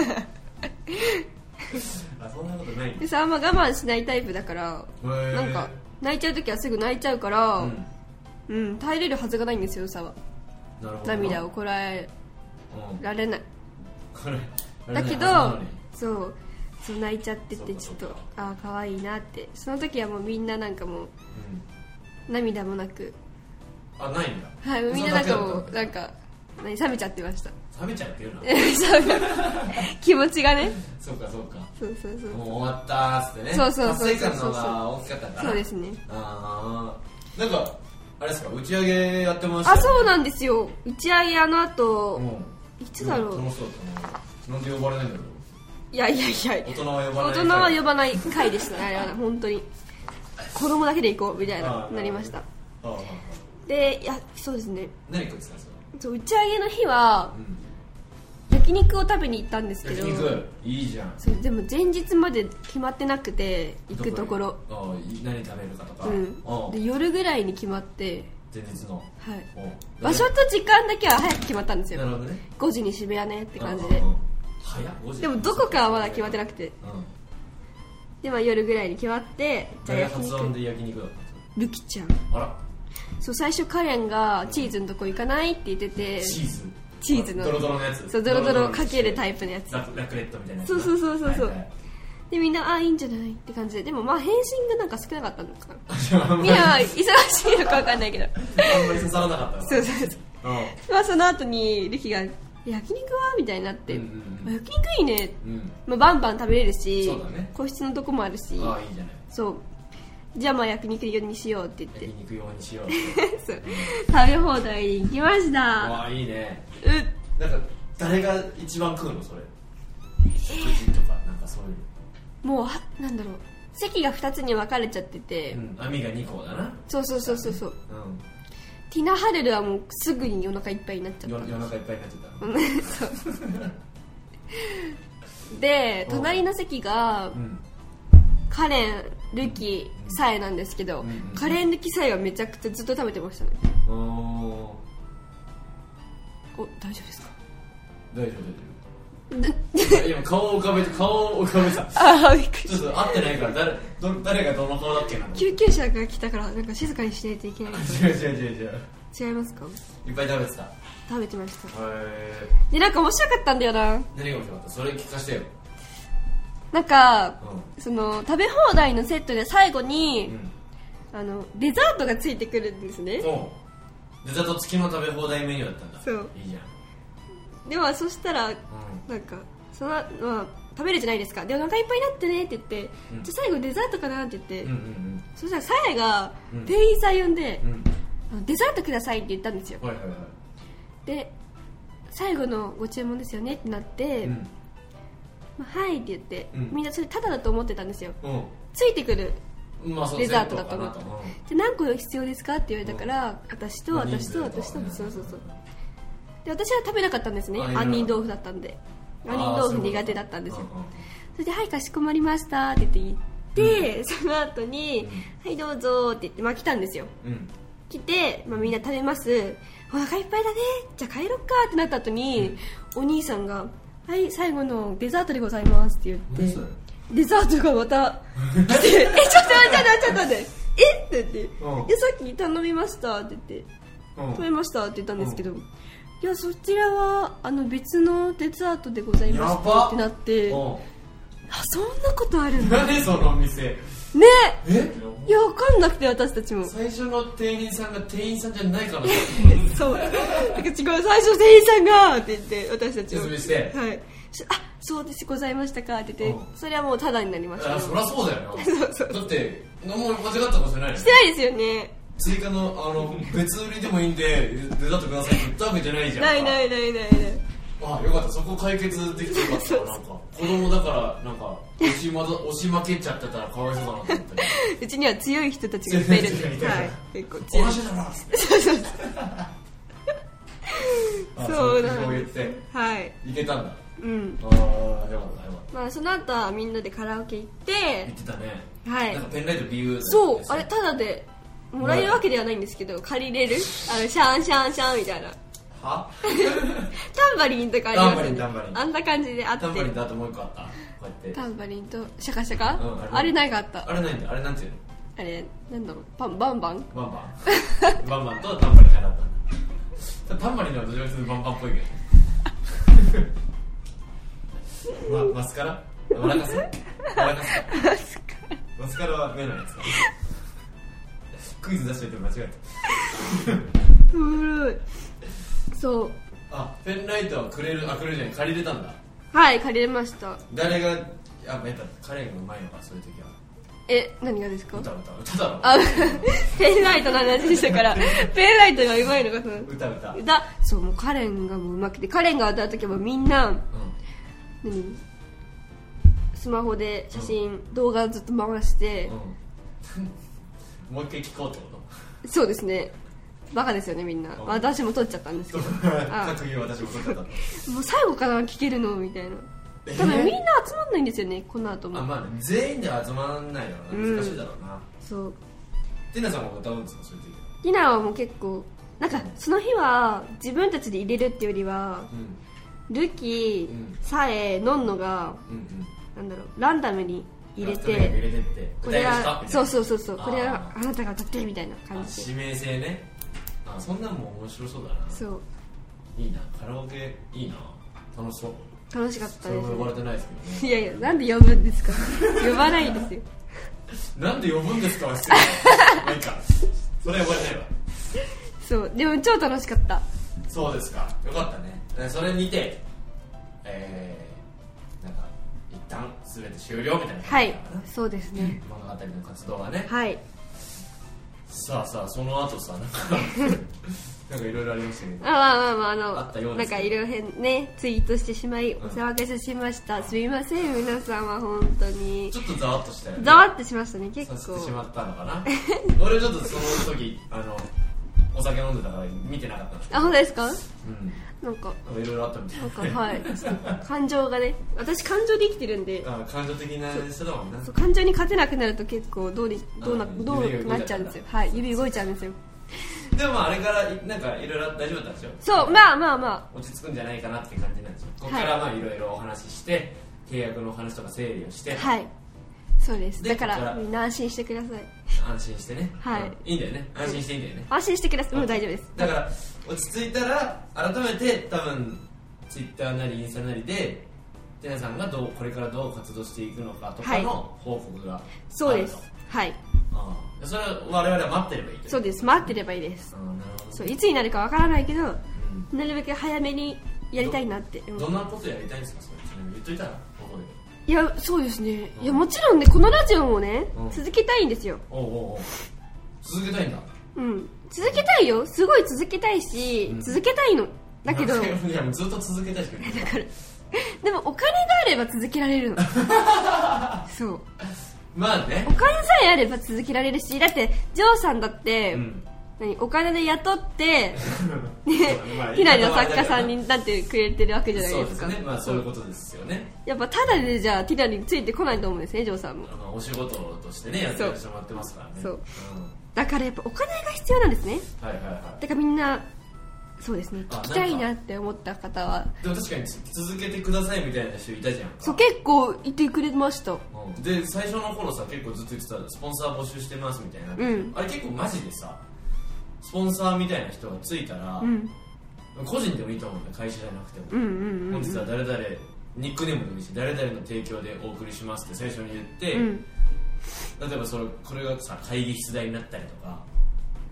Speaker 2: あそんなことないんだ
Speaker 1: でさあんま我慢しないタイプだから
Speaker 2: へえ
Speaker 1: なんか泣いちゃう時はすぐ泣いちゃうから
Speaker 2: う
Speaker 1: うんん、耐えれるはずがないんですよウサは
Speaker 2: なるほどな
Speaker 1: 涙をこらえ
Speaker 2: うん
Speaker 1: られない
Speaker 2: これあれ
Speaker 1: だ
Speaker 2: ね
Speaker 1: け
Speaker 2: あそうな
Speaker 1: どそ
Speaker 2: のに
Speaker 1: うそう泣いちゃっててち
Speaker 2: そ
Speaker 1: ょっ
Speaker 2: う
Speaker 1: と
Speaker 2: かそうか
Speaker 1: ああ可愛いなってその時はもうみんななんかもう涙もなく
Speaker 2: うんあないんだ
Speaker 1: はいみんななんかもうなんか何冷めちゃってました
Speaker 2: 冷めちゃうっていうな
Speaker 1: え冷め気持ちがね
Speaker 2: そうかそうか
Speaker 1: そうそうそう
Speaker 2: もう終わったーっつってね
Speaker 1: そうそうそう
Speaker 2: 達成感の方が大きかったから
Speaker 1: そうですね
Speaker 2: ああなんかあれですか打ち上げやってました
Speaker 1: あそううなんですよ打ち上げあの後
Speaker 2: うん
Speaker 1: いつだろう
Speaker 2: 楽しそうだったななんで呼ばれないんだろう
Speaker 1: いやいやいや
Speaker 2: 大人は呼ば
Speaker 1: 大
Speaker 2: ない
Speaker 1: 人は呼ばない回でしたねあれはね本当に子供だけで行こうみたいな
Speaker 2: あー
Speaker 1: なりました
Speaker 2: ああああ
Speaker 1: でいやそうですね
Speaker 2: 何食ってたんですか
Speaker 1: そう打ち上げの日は
Speaker 2: うん
Speaker 1: 焼肉を食べに行ったんですけ
Speaker 2: 焼
Speaker 1: ど
Speaker 2: 肉いいじゃん
Speaker 1: そうでも前日まで決まってなくて行くところ
Speaker 2: ああい何食べるかとか
Speaker 1: うん
Speaker 2: ああ
Speaker 1: で夜ぐらいに決まって
Speaker 2: 前日の
Speaker 1: はい
Speaker 2: おう
Speaker 1: 場所と時間だけは早く決まったんです
Speaker 2: なる
Speaker 1: よ
Speaker 2: ほどね
Speaker 1: 5時に渋谷ねって感じ
Speaker 2: う
Speaker 1: で
Speaker 2: んうんうん早っ5時
Speaker 1: でもどこかはまだ決まってなくて
Speaker 2: うん
Speaker 1: で、まあ、夜ぐらいに決まってじゃあ
Speaker 2: 大
Speaker 1: 焼
Speaker 2: 発音
Speaker 1: 肉
Speaker 2: で焼肉だったんですよ
Speaker 1: ルキちゃん
Speaker 2: あら
Speaker 1: そう最初カレンがチーズのとこ行かないって言ってて
Speaker 2: チーズ
Speaker 1: チーズの
Speaker 2: ドロドロのやつ
Speaker 1: そうドロドロかけるタ
Speaker 2: イ
Speaker 1: イプのやつ
Speaker 2: ラクラクレットみたいなやつ
Speaker 1: そうそうそうそうそう
Speaker 2: はいはい
Speaker 1: でみんなあいいんじゃないって感じででもまあ返信がなんか少なかったのかな
Speaker 2: あんま
Speaker 1: みん
Speaker 2: り
Speaker 1: な
Speaker 2: あ
Speaker 1: 忙しいのか分かんないけど
Speaker 2: んまり刺さらなかったわ
Speaker 1: そうそうそう
Speaker 2: う
Speaker 1: まあその後にルキが「焼肉は?」みたいになって「
Speaker 2: うんうんうん
Speaker 1: あ焼肉いいね」
Speaker 2: んうん
Speaker 1: まあ、バンバン食べれるし、
Speaker 2: そうだね
Speaker 1: 個室のとこもあるし
Speaker 2: ああいいじゃない
Speaker 1: そうじゃあまあ焼肉用にしようって言
Speaker 2: 焼
Speaker 1: っ
Speaker 2: 肉用にしよう
Speaker 1: て そう食べ放題に行きました
Speaker 2: わあいいね
Speaker 1: う
Speaker 2: なんか誰が一番食うのそれ食事とかなんかそういう
Speaker 1: もうはなんだろう席が2つに分かれちゃってて、
Speaker 2: うん網が2個だな
Speaker 1: そうそうそうそうそう
Speaker 2: うん
Speaker 1: ティナ・ハレルはもうすぐにお腹いっぱいになっちゃっ
Speaker 2: 夜
Speaker 1: た
Speaker 2: 夜中いっぱいになってた
Speaker 1: うんそう で隣の席が
Speaker 2: うん
Speaker 1: カレンルキサエなんですけど、
Speaker 2: うんうん
Speaker 1: カレンルキサエはめちゃくちゃずっと食べてましたね
Speaker 2: おー
Speaker 1: お大丈夫ですか
Speaker 2: 大丈夫大丈夫いや今顔を浮かべて顔を浮かべて た
Speaker 1: ああびっくり
Speaker 2: ちょっと合ってないから誰ど誰がどの顔だっけな
Speaker 1: 救急車が来たからなんか静かにしないといけない
Speaker 2: 違う違う違う違う
Speaker 1: 違いますか
Speaker 2: いっぱい食べてたへ
Speaker 1: 食べてました
Speaker 2: え
Speaker 1: でなんか面白かったんだよな
Speaker 2: 何が面白かったそれ聞かせてよ
Speaker 1: なんか
Speaker 2: う
Speaker 1: その食べ放題のセットで最後
Speaker 2: んう
Speaker 1: に、
Speaker 2: ん
Speaker 1: あのデザートがついてくるんですね
Speaker 2: おうデザート付きの食べ放題メニューだったんだ
Speaker 1: そう
Speaker 2: いいじゃん
Speaker 1: ではそしたらなんかその、まあ、食べるじゃないですかでお腹いっぱいになってねって言って、
Speaker 2: うん
Speaker 1: じゃあ最後デザートかなって言って、
Speaker 2: うんうんうん
Speaker 1: そしたらさやが
Speaker 2: うん
Speaker 1: 店員さん呼んで、
Speaker 2: うんうん
Speaker 1: あのデザートくださいって言ったんですよ
Speaker 2: はいはいは
Speaker 1: で最後のご注文ですよねってなって、
Speaker 2: いうん
Speaker 1: まあ、はいって言って、
Speaker 2: うん
Speaker 1: みんなそれタダだと思ってたんですよ
Speaker 2: うん
Speaker 1: ついてくる
Speaker 2: まあそう
Speaker 1: デザートだと
Speaker 2: セ
Speaker 1: 思
Speaker 2: ッ
Speaker 1: っ
Speaker 2: か
Speaker 1: た
Speaker 2: なとうん
Speaker 1: で何個必要ですかって言われたから、私と
Speaker 2: まあ人
Speaker 1: 私
Speaker 2: 数
Speaker 1: と
Speaker 2: とかね
Speaker 1: 私とそうそうそうで私は食べなかったんですね
Speaker 2: あいいな
Speaker 1: 杏仁豆腐だったんで杏仁
Speaker 2: あー
Speaker 1: 豆
Speaker 2: そ
Speaker 1: 腐
Speaker 2: ういうこと
Speaker 1: 苦手だったんですよ
Speaker 2: うんうん
Speaker 1: それで「はいかしこまりました」って言って行って、その後に「はいどうぞ」って言って、まあ、来たんですよ
Speaker 2: うん
Speaker 1: 来て、まあ、みんな食べますお腹いっぱいだねじゃあ帰ろっかってなった後に、お兄さんが「はい最後のデザートでございます」って言
Speaker 2: 何
Speaker 1: っ
Speaker 2: そ
Speaker 1: て
Speaker 2: れ
Speaker 1: デザートがまた 来て「えちょっと待ってちょっと待ってえっ?」って言って
Speaker 2: うん
Speaker 1: いや「さっき頼みました」って言って
Speaker 2: うん
Speaker 1: 「食べました」って言ったんですけど、いやそちらはあの別のデザートでございまし
Speaker 2: やば
Speaker 1: たってなって
Speaker 2: うん
Speaker 1: あそんなことあるんだね
Speaker 2: 何そのお店え
Speaker 1: いや分かんなくて私たち も
Speaker 2: 最初の店員さんが店員さんじゃない かな
Speaker 1: そうなんか違う最初店員さんがって言って私たちを
Speaker 2: 説明して
Speaker 1: はいしあそうですございましたかって言って
Speaker 2: うん
Speaker 1: それはもうタダになりました
Speaker 2: あそりゃそうだよな
Speaker 1: そうそう
Speaker 2: だって何も間違ったことじゃ ない
Speaker 1: してないですよね
Speaker 2: 追加のあの別売りでもいいんでデザートくださいって言ったわけじゃないじゃん
Speaker 1: ないないないないない
Speaker 2: あよかったそこ解決できてよか ったわなんか子供だからなんか押し,、ま、押し負けちゃってたらかわいそうだなと思って
Speaker 1: うちには強い人たちがいっぱいいるん
Speaker 2: 強い
Speaker 1: で、
Speaker 2: 人がいる
Speaker 1: はい、結構
Speaker 2: 「同
Speaker 1: 強い
Speaker 2: じだな」っつって
Speaker 1: そうそう
Speaker 2: あ
Speaker 1: そう
Speaker 2: そ
Speaker 1: なん
Speaker 2: う言
Speaker 1: で
Speaker 2: っ
Speaker 1: す
Speaker 2: て
Speaker 1: はい
Speaker 2: いけたんだ
Speaker 1: うん
Speaker 2: ああよかったよかっ
Speaker 1: まあその後はみんなでカラオケ行った
Speaker 2: 言
Speaker 1: て
Speaker 2: ってたね
Speaker 1: はい
Speaker 2: なんかペンライト理由
Speaker 1: そうあれタダでもらえるわけではないんですけど借りれるあのシャンシャンシャンみたい な
Speaker 2: は
Speaker 1: タンバリンとかありますよね
Speaker 2: タンバリンタンバリン
Speaker 1: あんな感じであって
Speaker 2: タンバリンだともう一個あったこうやって
Speaker 1: タンバリンとシャカシャカ、
Speaker 2: うん
Speaker 1: あれないがあった
Speaker 2: あれないんだあれなんていうの
Speaker 1: あれなんだろうパンバンバン
Speaker 2: バンバン バンバンとタンバリンがなったタンバリンのはどちらかというとバンバンっぽいけど まマスカラ笑かす笑かすマスカラは目のやつかクイズ出しといて間違え
Speaker 1: うーんそう
Speaker 2: たあペンライトはくれるあくれるじゃない借りれたんだ
Speaker 1: はい借りれました
Speaker 2: 誰があやっぱカレンがうまいのかそういう時は
Speaker 1: え何がですか
Speaker 2: 歌歌歌だろ
Speaker 1: あ ペンライトの話した からペンライトがうまいのかと思って
Speaker 2: 歌歌うん
Speaker 1: 歌そうもうカレンがもううまくてカレンが歌う時はみんな何スマホで写真、動画ずっと回して、
Speaker 2: うん もう一回聞こうってこ
Speaker 1: そうですねバカですよねみんな、
Speaker 2: うん
Speaker 1: 私も撮っちゃったんですけ
Speaker 2: と
Speaker 1: ど
Speaker 2: 各言う私もそうだった
Speaker 1: もう最後から聞けるのみたいな
Speaker 2: え
Speaker 1: 多分みんな集まんないんですよねこの後
Speaker 2: あ
Speaker 1: も
Speaker 2: まあね全員では集まらないだろう
Speaker 1: うん
Speaker 2: な難しいだろうな
Speaker 1: そう
Speaker 2: ティナさんも歌うんですかそういう時
Speaker 1: ディナーはもう結構なんかその日は自分たちで入れるっていうよりは
Speaker 2: うん
Speaker 1: ルキ
Speaker 2: うん
Speaker 1: サエノンノが
Speaker 2: うんうん
Speaker 1: なんだろうランダムに入れ
Speaker 2: とにかく入
Speaker 1: て
Speaker 2: れてって
Speaker 1: これ
Speaker 2: 歌いました
Speaker 1: は
Speaker 2: みたいな
Speaker 1: そうそうそうそう
Speaker 2: あー
Speaker 1: これはあなたが歌ってみたいな感
Speaker 2: あ
Speaker 1: じで
Speaker 2: 指名制ねあそんなんも面白そうだな
Speaker 1: そう
Speaker 2: いいなカラオケいいな楽しそう
Speaker 1: 楽しかった
Speaker 2: それ
Speaker 1: で
Speaker 2: も
Speaker 1: す
Speaker 2: 呼ば
Speaker 1: ね
Speaker 2: れてないです け
Speaker 1: いやいやなんで呼ぶんですか 呼ばないですよ
Speaker 2: ど ねなんで呼ぶんですかは 失礼まあいいかそれは呼ばれないわ
Speaker 1: そうでも超楽しかった
Speaker 2: そうですかよかったねえそれにてえー、なんか一旦全て終了みたいな
Speaker 1: は
Speaker 2: 感じ
Speaker 1: い
Speaker 2: だな
Speaker 1: そうですね
Speaker 2: 物語の活動はね
Speaker 1: はい
Speaker 2: さあさあその後さなんか なんかいろいろありましたけど
Speaker 1: あまあまあまああの
Speaker 2: あったよう
Speaker 1: な
Speaker 2: で
Speaker 1: ん
Speaker 2: すね
Speaker 1: かいろいろ変ねツイートしてしまいお
Speaker 2: ん
Speaker 1: 騒がせしました、すみません皆さんは本当に
Speaker 2: ちょっとざわっとしたよね
Speaker 1: ざわってしましたね結
Speaker 2: させてし
Speaker 1: 構
Speaker 2: まったのかな俺ちょっとその時あのお酒飲んでたから見てなかったんですけ
Speaker 1: あ
Speaker 2: ど
Speaker 1: 本当ですか
Speaker 2: うん
Speaker 1: なんか
Speaker 2: なんかいろいろあったみ
Speaker 1: なん
Speaker 2: た
Speaker 1: か
Speaker 2: いな
Speaker 1: はいちょっと感情がね私感情で生きてるんで
Speaker 2: あ感情的な人だもんな
Speaker 1: そう感情に勝てなくなると結構どうにどうな
Speaker 2: あ
Speaker 1: どうなくなっちゃうんですよはい指動いちゃうんですよ
Speaker 2: でもまああれからいなんかいろいろ大丈夫だったでしょ
Speaker 1: そうまあまあま
Speaker 2: 落ち着くんじゃないかなって感じなんですよここからまあいろいろお話しして契約のお話とか整理をして
Speaker 1: あはいそうです
Speaker 2: で
Speaker 1: だか
Speaker 2: ここからら
Speaker 1: みんな安心してください
Speaker 2: 安心してね
Speaker 1: はい
Speaker 2: うんいいんだよね安心していいんだよね
Speaker 1: 安心してくださいもう大丈夫です
Speaker 2: だから落ち着いたら改めて多分ツイッターなりインスタなりでテナさんがどうこれからどう活動していくのかとかの
Speaker 1: は
Speaker 2: 報告があると、
Speaker 1: そうですはい
Speaker 2: うんそれは我々は待ってればいいけど
Speaker 1: そうです待ってればいいです
Speaker 2: うんなるほど
Speaker 1: そういつになるかわからないけどなるべく早めにやりたいなって
Speaker 2: う
Speaker 1: うんん
Speaker 2: どんなことやりたいんですかそれちなみに言っといたらここで
Speaker 1: いやそうですね
Speaker 2: うん
Speaker 1: いやもちろんねこのラジオもね
Speaker 2: うん
Speaker 1: 続けたいんですよ
Speaker 2: おうおうおう続けたいんだ
Speaker 1: うん続けたいよすごい続けたいし
Speaker 2: うん
Speaker 1: 続けたいのだけど
Speaker 2: いやもうずっと続けたいしか言ってない
Speaker 1: でもお金があれば続けら れるのそう
Speaker 2: まあね
Speaker 1: お金さえあれば続けられるしだってジョーさんだって、
Speaker 2: うん
Speaker 1: 何お金で雇って
Speaker 2: まあ
Speaker 1: ひなりの作家さんになってくれてるわけじゃない
Speaker 2: そう
Speaker 1: で
Speaker 2: ですす
Speaker 1: か
Speaker 2: ねまあそういうことですよね
Speaker 1: やっぱただでじゃあティナについてこないと思うんですねジョーさんも
Speaker 2: あのお仕事としてねやってらっしゃってますからね
Speaker 1: そう、
Speaker 2: ん
Speaker 1: だからやっぱお金が必要なんですね
Speaker 2: はいはいは
Speaker 1: だからみんなそうですね
Speaker 2: あ
Speaker 1: 聞きたいなって思った方はい
Speaker 2: でも確かに続けてくださいみたいな人いたじゃんか
Speaker 1: そう結構いてくれました
Speaker 2: うんで最初の頃さ結構ずっと言ってたスポンサー募集してますみたいな、
Speaker 1: うん
Speaker 2: あれ結構マジでさスポンサーみたいな人がついたら、
Speaker 1: うん
Speaker 2: 個人でもいいと思うんだよ会社じゃなくても、
Speaker 1: うんうんうん
Speaker 2: 本日は誰々ニックネームでもいいし誰々の提供でお送りしますって最初に言って、
Speaker 1: うん
Speaker 2: 例えばそれこれがさ会議室代になったりとか、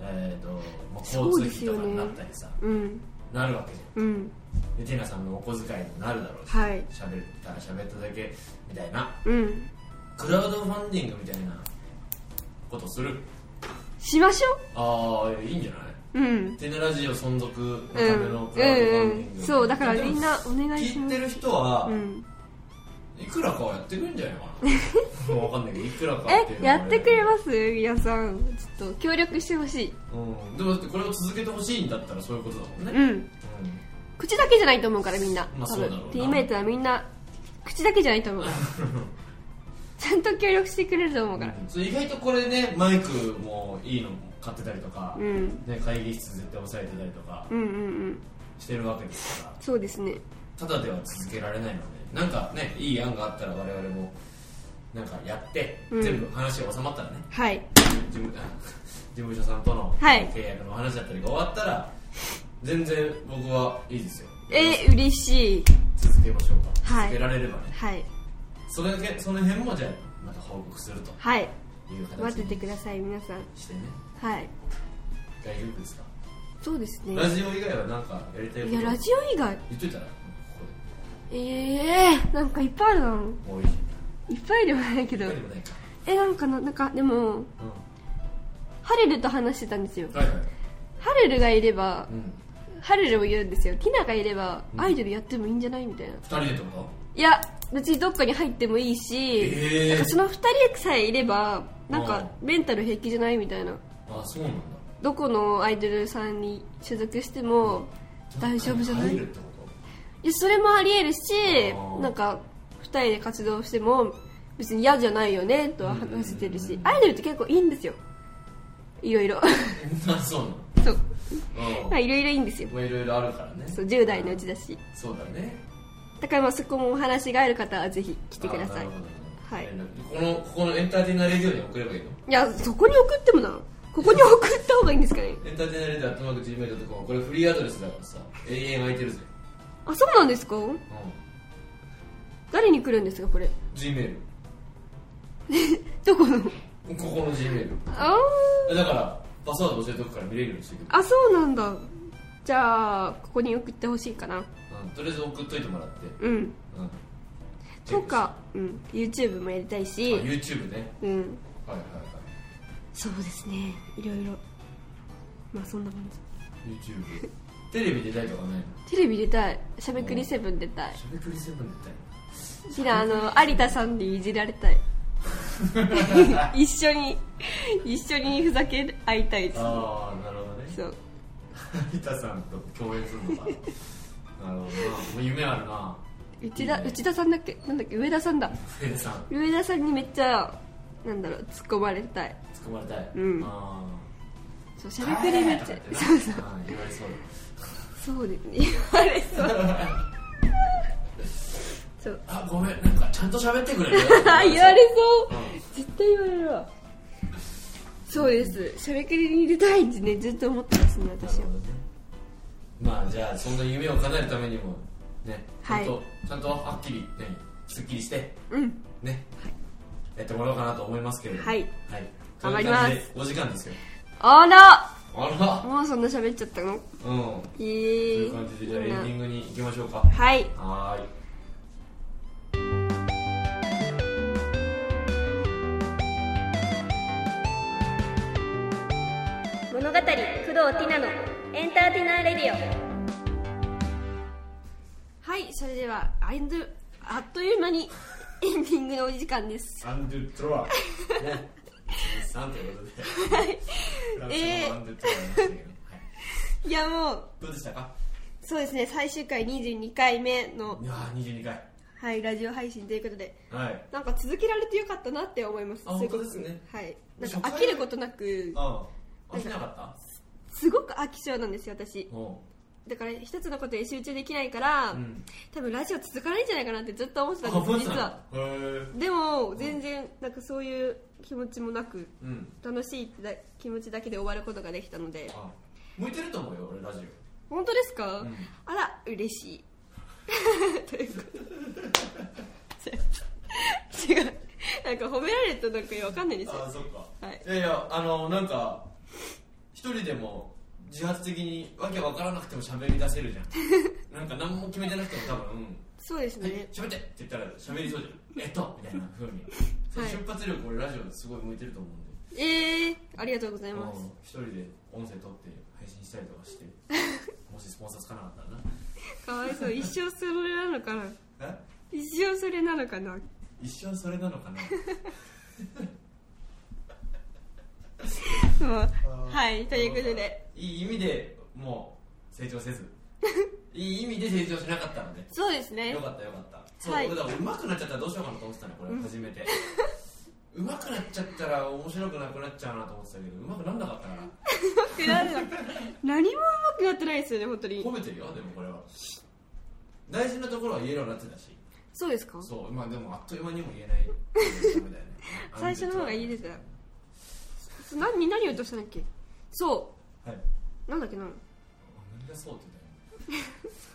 Speaker 2: えー、とまあ
Speaker 1: そ
Speaker 2: 交
Speaker 1: う
Speaker 2: 通
Speaker 1: です
Speaker 2: 費
Speaker 1: よ
Speaker 2: と
Speaker 1: ね
Speaker 2: かになったりさ、
Speaker 1: うん
Speaker 2: なるわけじゃん
Speaker 1: うん
Speaker 2: でティナさんのお小遣いにもなるだろうし、
Speaker 1: はい
Speaker 2: 喋ったら喋っただけみたいな
Speaker 1: うん
Speaker 2: クラウドファンディングみたいなことする
Speaker 1: しましょ
Speaker 2: ああいいんじゃないう
Speaker 1: うん
Speaker 2: テナラジオ存続のた
Speaker 1: う
Speaker 2: め
Speaker 1: ん
Speaker 2: のク
Speaker 1: う
Speaker 2: ラウドファ
Speaker 1: ん
Speaker 2: ン
Speaker 1: う
Speaker 2: ディング、
Speaker 1: んそうだからみんなお願いし
Speaker 2: 聞
Speaker 1: ま
Speaker 2: い
Speaker 1: す
Speaker 2: てる人は
Speaker 1: う、ん、
Speaker 2: いくらかはやってくれんじゃないか なもうわかんないけどいくらかっていう
Speaker 1: え
Speaker 2: のは
Speaker 1: や
Speaker 2: あ
Speaker 1: って
Speaker 2: だ
Speaker 1: く
Speaker 2: けど
Speaker 1: れます皆さんちょっと協力してほしい
Speaker 2: うんでもだってこれを続けてほしいんだったらそういうことだもんね、
Speaker 1: うん口だけじゃないと思うからみんな
Speaker 2: まあ
Speaker 1: 多
Speaker 2: そうだろう
Speaker 1: 分
Speaker 2: な
Speaker 1: ティーメイトはみんな口だけじゃないと思う からちゃんと協力してくれると思う
Speaker 2: う
Speaker 1: から
Speaker 2: んそう意外とこれねマイクもいいの買ってたりとか、
Speaker 1: うん
Speaker 2: ね、会議室絶対押さえてたりとか
Speaker 1: うんうんうん
Speaker 2: してるわけですから
Speaker 1: そうですね
Speaker 2: ただでは続けられないのでなんかねいい案があったら我々もなんかやって、
Speaker 1: うん
Speaker 2: 全部話が収まっ たらね
Speaker 1: はい
Speaker 2: 事務 事務所さんとの
Speaker 1: はい
Speaker 2: 契約の話だったりが終わったら、全然僕はいいですよ
Speaker 1: え嬉しい
Speaker 2: 続けましょうか、
Speaker 1: はい
Speaker 2: 続けられればね
Speaker 1: はい
Speaker 2: それだけその辺もじゃあまた報告すると
Speaker 1: はい
Speaker 2: いう形
Speaker 1: 待ってて
Speaker 2: に
Speaker 1: ください皆さん
Speaker 2: してね
Speaker 1: はい
Speaker 2: 大丈夫ですか、
Speaker 1: そうですね
Speaker 2: ラジオ以外は何かやりたいこ
Speaker 1: いや
Speaker 2: と
Speaker 1: ラジオ以外
Speaker 2: 言っといたらこ
Speaker 1: ええー、なんかいっぱいあるな
Speaker 2: こでもういい
Speaker 1: いっぱいではないけど
Speaker 2: 他にもないか、
Speaker 1: えなんかななんかでも
Speaker 2: う
Speaker 1: ハレルと話してたんですよ
Speaker 2: ん、はいはい
Speaker 1: ハレルがいれば
Speaker 2: うん
Speaker 1: ハハルルも言うんですよティナがいればアイドルやってもいいんじゃないみたいな
Speaker 2: 二人でってこ
Speaker 1: いや別にどっかに入ってもいいし、
Speaker 2: へー
Speaker 1: なんかその2人さえいればなんかメンタル平気じゃないみたいな
Speaker 2: とあそうなんだ
Speaker 1: どこのアイドルさんに所属しても大丈夫じゃない
Speaker 2: 入
Speaker 1: い
Speaker 2: るってこ
Speaker 1: やそれもありえるし
Speaker 2: あー
Speaker 1: なんか2人で活動しても別に嫌じゃないよねとは話してるしアイドルって結構いいんですよいろい ろ
Speaker 2: とあそうな
Speaker 1: そ
Speaker 2: の
Speaker 1: う
Speaker 2: うん
Speaker 1: まあいろいろいいんですよ
Speaker 2: まあいろいろあるからね
Speaker 1: そう10代のうちだし
Speaker 2: そうだね
Speaker 1: だからまあそこもお話がある方はぜひ来てください
Speaker 2: あなるほど
Speaker 1: はい
Speaker 2: 連絡このここのエンターテイナーレディオに送ればいいの
Speaker 1: いやそこに送ってもなここに送った方がいいんですかね
Speaker 2: エンターテイナーレディオアットマーク Gmail.com これフリーアドレスだからさ永遠空いてるぜ
Speaker 1: あそうなんですか
Speaker 2: うん
Speaker 1: 誰に来るんですかこれ
Speaker 2: Gmail
Speaker 1: どこの
Speaker 2: ここの Gmail
Speaker 1: あ
Speaker 2: だからパスワード教えておくから見れるようにしてく
Speaker 1: ーあそうなんだじゃあここに送ってほしいかな
Speaker 2: れ、うん、とりあえず送っといてもらって
Speaker 1: うん
Speaker 2: うん
Speaker 1: とか、うん、YouTube もやりたい
Speaker 2: あ
Speaker 1: し、
Speaker 2: YouTube ね
Speaker 1: うん
Speaker 2: はいはいは
Speaker 1: そうですねいろいろまあそんな感じ
Speaker 2: い YouTube テレビ出たいとかないの
Speaker 1: テレビ出たいしゃべくりセブン出たい
Speaker 2: しゃべくりセブン出たい
Speaker 1: ひらあの有田さんにいじられ たい 一緒に一緒にふざけ合いたいです
Speaker 2: ああなるほどね
Speaker 1: そう
Speaker 2: 有田さんと共演するのか なるほどなもう夢あるな
Speaker 1: 内田
Speaker 2: いいね
Speaker 1: 内田さんだっけなんだっけ上田さんだ
Speaker 2: 上田さん
Speaker 1: 上田さんにめっちゃなんだろう突っ込まれたい
Speaker 2: 捕まれたい
Speaker 1: うん
Speaker 2: あ
Speaker 1: そうし
Speaker 2: ー
Speaker 1: ゃべくりめっちゃ
Speaker 2: 帰れとか言ってな
Speaker 1: そうそう
Speaker 2: あー言われそう
Speaker 1: そうですね言われそうそう
Speaker 2: だ あごめんなんかちゃんと喋ってくれる
Speaker 1: あ言われそう
Speaker 2: うん
Speaker 1: 絶対言われるわそうですしゃべくりに出たいってねずっと思ってますね
Speaker 2: なる
Speaker 1: 私
Speaker 2: ほ
Speaker 1: は
Speaker 2: どねまあじゃあそんな夢を叶えるためにもねちゃんと、
Speaker 1: は
Speaker 2: ちゃんとはっきりねすっきりして
Speaker 1: うん
Speaker 2: ね、やってもらおうかなと思いますけれども
Speaker 1: はい
Speaker 2: はい、
Speaker 1: 頑張ります
Speaker 2: お時間ですよ
Speaker 1: あら
Speaker 2: あ
Speaker 1: もうそんな喋っちゃったの
Speaker 2: らうん
Speaker 1: え
Speaker 2: という
Speaker 1: ー
Speaker 2: 感じでじゃあエンディングに行きましょうか
Speaker 1: はい
Speaker 2: はーい
Speaker 1: 物語工藤ティナのエンターテイナーレディオはいそれではアイドあっという間にエンディングのお時間です
Speaker 2: アンドゥ・トロワねさんということでフランス語のアンドゥ・トロワになってるけどはい
Speaker 1: いやもう
Speaker 2: どうでしたか
Speaker 1: そうですね最終回22回目の
Speaker 2: いやー22回
Speaker 1: はいラジオ配信ということで
Speaker 2: はい
Speaker 1: なんか続けられてよかったなって思いますい
Speaker 2: あ
Speaker 1: うこと
Speaker 2: 本当ですね
Speaker 1: はいなんか飽きることなく
Speaker 2: ああ飽きなか
Speaker 1: すごく飽き性なんですよ私
Speaker 2: ったお
Speaker 1: だから一つのことに集中できないから、
Speaker 2: ううん
Speaker 1: 多分ラジオ続かないんじゃないかなってずっと思ってた
Speaker 2: あ
Speaker 1: んで
Speaker 2: 本
Speaker 1: す
Speaker 2: 当
Speaker 1: 実は
Speaker 2: だへえ
Speaker 1: でも全然なんかそういう気持ちもなく
Speaker 2: うん
Speaker 1: 楽しいってだ気持ちだけで終わることができたので
Speaker 2: あ向いてると思うよ俺ラジ
Speaker 1: 本当ですか、
Speaker 2: うん
Speaker 1: あら嬉しいということで違う違うなんか褒められたなんかわかんないです
Speaker 2: オあ
Speaker 1: よ
Speaker 2: そっか
Speaker 1: はい
Speaker 2: いやいやあのなんか一人でも自発的にわけわからなくても喋り出せる じゃんなんか何も決めてなくても多分
Speaker 1: そうです
Speaker 2: 「はい
Speaker 1: ね
Speaker 2: 喋って!」って言ったら喋りそうじゃん「えっと」みたいなふうにその
Speaker 1: はい
Speaker 2: 出発力俺ラジオすごい向いてると思うんで
Speaker 1: えー、ありがとうござい
Speaker 2: あ
Speaker 1: ます
Speaker 2: の一人で音声撮って配信したりと かしてもしスポンサーつかなかったら
Speaker 1: かわいそう一生それなのかな
Speaker 2: なえ
Speaker 1: 一生それなのかな
Speaker 2: 一生それなのかな
Speaker 1: もう
Speaker 2: あ ー
Speaker 1: はいということで
Speaker 2: いい意味でもう成長 せずいい意味で成長しなかったので
Speaker 1: そうですね
Speaker 2: よかったよかったそう、
Speaker 1: はい
Speaker 2: 俺だからうまくなっちゃったらどうしようかなと思ってたのこれ初めてうまくなっちゃったら面白くなくなっちゃうなと思ってたけどうまくなんなかったから
Speaker 1: ってなんだ何もうまくなってないですよね本当に
Speaker 2: 褒めてるよでもこれは大事なところは言えるようになってたし
Speaker 1: そうですか
Speaker 2: そうまあでもあっという間にも言えないダメだよね
Speaker 1: 最初の方がいいですすよそ何何を言おうとしたんだっけそ
Speaker 2: はいあ
Speaker 1: うなんだっけな
Speaker 2: なんでそうって言っ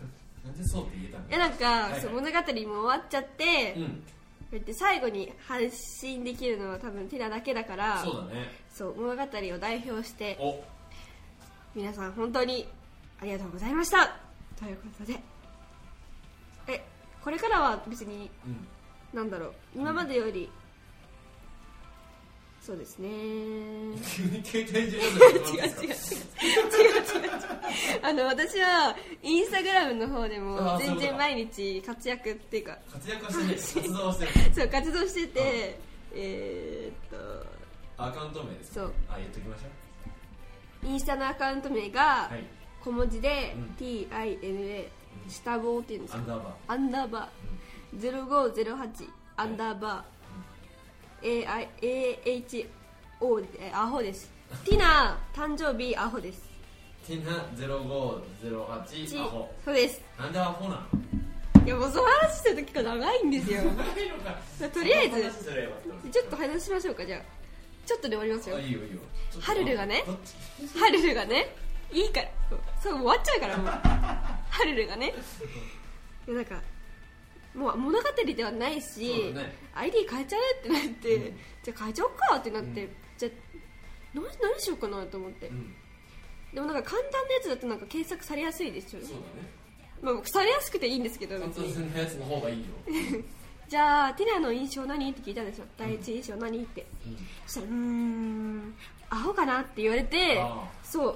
Speaker 2: たのなんでそうって言えたの
Speaker 1: えなんか、
Speaker 2: いはい
Speaker 1: そう物語も終わっちゃって、こ
Speaker 2: うん
Speaker 1: うやって最後に発信できるのは多分ティラだけだから
Speaker 2: そうだね
Speaker 1: そう物語を代表して
Speaker 2: お
Speaker 1: 皆さん本当にありがとうございましたということでえこれからは別に
Speaker 2: うん
Speaker 1: なんだろう今までよりそうですね 違う
Speaker 2: 急に携帯いじら
Speaker 1: 違う違う違う違
Speaker 2: れ
Speaker 1: う違うあの私はインスタグラムの方でも
Speaker 2: あーそうい
Speaker 1: 全
Speaker 2: うこと
Speaker 1: 然
Speaker 2: か
Speaker 1: 毎日活躍っていうか
Speaker 2: 活躍はしてない活動はしてる
Speaker 1: そう活動しててえーっ
Speaker 2: アカウント名ですか
Speaker 1: そう
Speaker 2: あ言っときましょ
Speaker 1: とインスタのアカウント名
Speaker 2: う
Speaker 1: が
Speaker 2: はい
Speaker 1: 小文字で
Speaker 2: うん
Speaker 1: TINA
Speaker 2: うん
Speaker 1: 下棒っていうんです
Speaker 2: ア
Speaker 1: か
Speaker 2: ンダーバー
Speaker 1: アンダーバー0508アンダーバー AIAHO でアホですティナ誕生日アホです
Speaker 2: ティナ
Speaker 1: ち
Speaker 2: 0508アホ
Speaker 1: そうです
Speaker 2: なんでアホな の
Speaker 1: いやもうその話してる時から長いんですよ
Speaker 2: ないのか
Speaker 1: とりあえず
Speaker 2: そんな話すればよかた
Speaker 1: ちょっと話しましょうかじゃあちょっとで終わりますよ
Speaker 2: あいいよいいよちょっと
Speaker 1: ハルルがね
Speaker 2: こっち
Speaker 1: ハルルがねいいからそうもう終わっちゃうからもうハルルがねいやなんかもう物語ではない
Speaker 2: そ
Speaker 1: し、
Speaker 2: うだね
Speaker 1: ID 変えちゃえってなって、
Speaker 2: うん
Speaker 1: じゃあ変えちゃおうかってなって、
Speaker 2: うん
Speaker 1: じゃあ何何しようかなと思って、
Speaker 2: うん
Speaker 1: でもなんか簡単なやつだとなんか検索されやすいですよね
Speaker 2: そうだね
Speaker 1: まあされやすくていいんですけど別
Speaker 2: 簡単
Speaker 1: に
Speaker 2: なやつの方がいいよ
Speaker 1: じゃあティナの印象何って聞いたんですよ第一印象何って、
Speaker 2: うん
Speaker 1: そしたら「うーんアホかな?」って言われて
Speaker 2: あ
Speaker 1: そ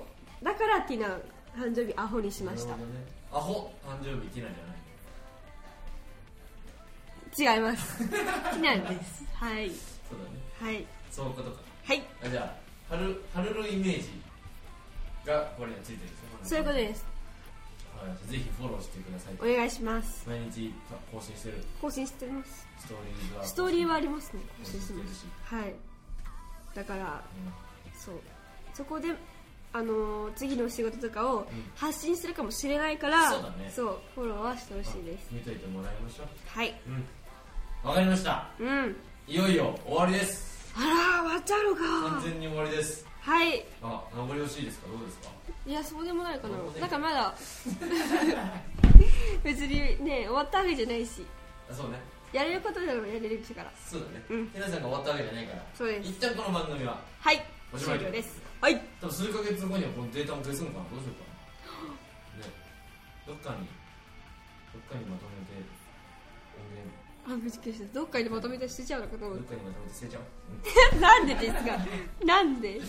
Speaker 1: うだからティナ誕生日アホにしまし
Speaker 2: なるほどねアホ誕生日ティナじゃない
Speaker 1: た違います ティナですはい
Speaker 2: そうだ
Speaker 1: は
Speaker 2: ね
Speaker 1: い
Speaker 2: そういうことか
Speaker 1: はい
Speaker 2: あじゃあハルハルルイメージがこれにはついてるんですね
Speaker 1: そういうことです
Speaker 2: はいぜひフォローしてください
Speaker 1: お願いします
Speaker 2: 毎日更新してる
Speaker 1: 更新してます
Speaker 2: ストーリーが
Speaker 1: ストーリーはありますね更
Speaker 2: 更
Speaker 1: 新
Speaker 2: 新
Speaker 1: し
Speaker 2: してて
Speaker 1: ま
Speaker 2: る
Speaker 1: す
Speaker 2: し
Speaker 1: はいだから
Speaker 2: うん
Speaker 1: そうそこであのー次のお仕事とかを
Speaker 2: ん
Speaker 1: 発信するかもしれないから、
Speaker 2: そうだね
Speaker 1: そうフォローはしてほしいです
Speaker 2: あ見といてもらいましょう
Speaker 1: はい
Speaker 2: うんわかりました
Speaker 1: うん
Speaker 2: いよいよ終わりです
Speaker 1: あら終わっちゃうの
Speaker 2: 完
Speaker 1: か
Speaker 2: 全に終わりです
Speaker 1: はい
Speaker 2: あ名残惜しいですかどうですか
Speaker 1: いやそうでもないかな
Speaker 2: そうでもない
Speaker 1: なんかまだ 別にね終わったわけじゃないし
Speaker 2: あそうね
Speaker 1: やれることでもやれる人から
Speaker 2: そうだね、
Speaker 1: うん
Speaker 2: テナさんが終わったわけじゃないから
Speaker 1: そうです
Speaker 2: 一旦この番組は
Speaker 1: はい
Speaker 2: おしま
Speaker 1: 終
Speaker 2: い
Speaker 1: 了ですはい
Speaker 2: 多分数ヶ月後にはこのデータも消すのかなどうしようかなねどっかにどっかにまとめて音源
Speaker 1: あびっくりしたどっかにまとめて捨てちゃうのかと思
Speaker 2: ど
Speaker 1: っ
Speaker 2: っかにまとめて捨てちゃおう、う
Speaker 1: た
Speaker 2: ん
Speaker 1: なんでですかなんで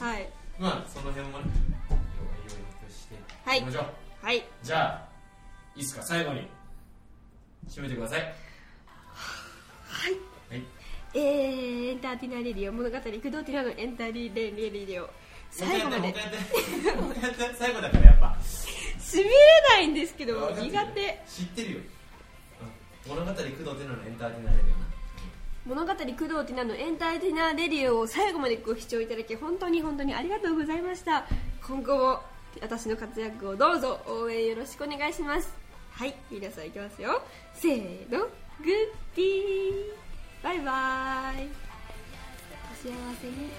Speaker 1: はい
Speaker 2: まあその辺もねいろいろとして
Speaker 1: はい
Speaker 2: きましょう
Speaker 1: はい
Speaker 2: じゃあいいっすか最後に締めてください
Speaker 1: はい
Speaker 2: はい
Speaker 1: えー、エンターテイナーレディオ物語工藤ティナのエンターテイナーレディオ最後ま
Speaker 2: もう
Speaker 1: で
Speaker 2: 一回やってもう一回やってもう一回やって最後だからやっぱ
Speaker 1: しびれないんですけど
Speaker 2: 分かってる
Speaker 1: 苦手
Speaker 2: 知ってるようん物語工藤テナのエンターテイナーだけどな
Speaker 1: 物語工藤ティナのエンターテイナーレディオを最後までご視聴いただき本当に本当にありがとうございました今後も私の活躍をどうぞ応援よろしくお願いしますはい皆さんいきますよせーのグッディーバイバイお幸せに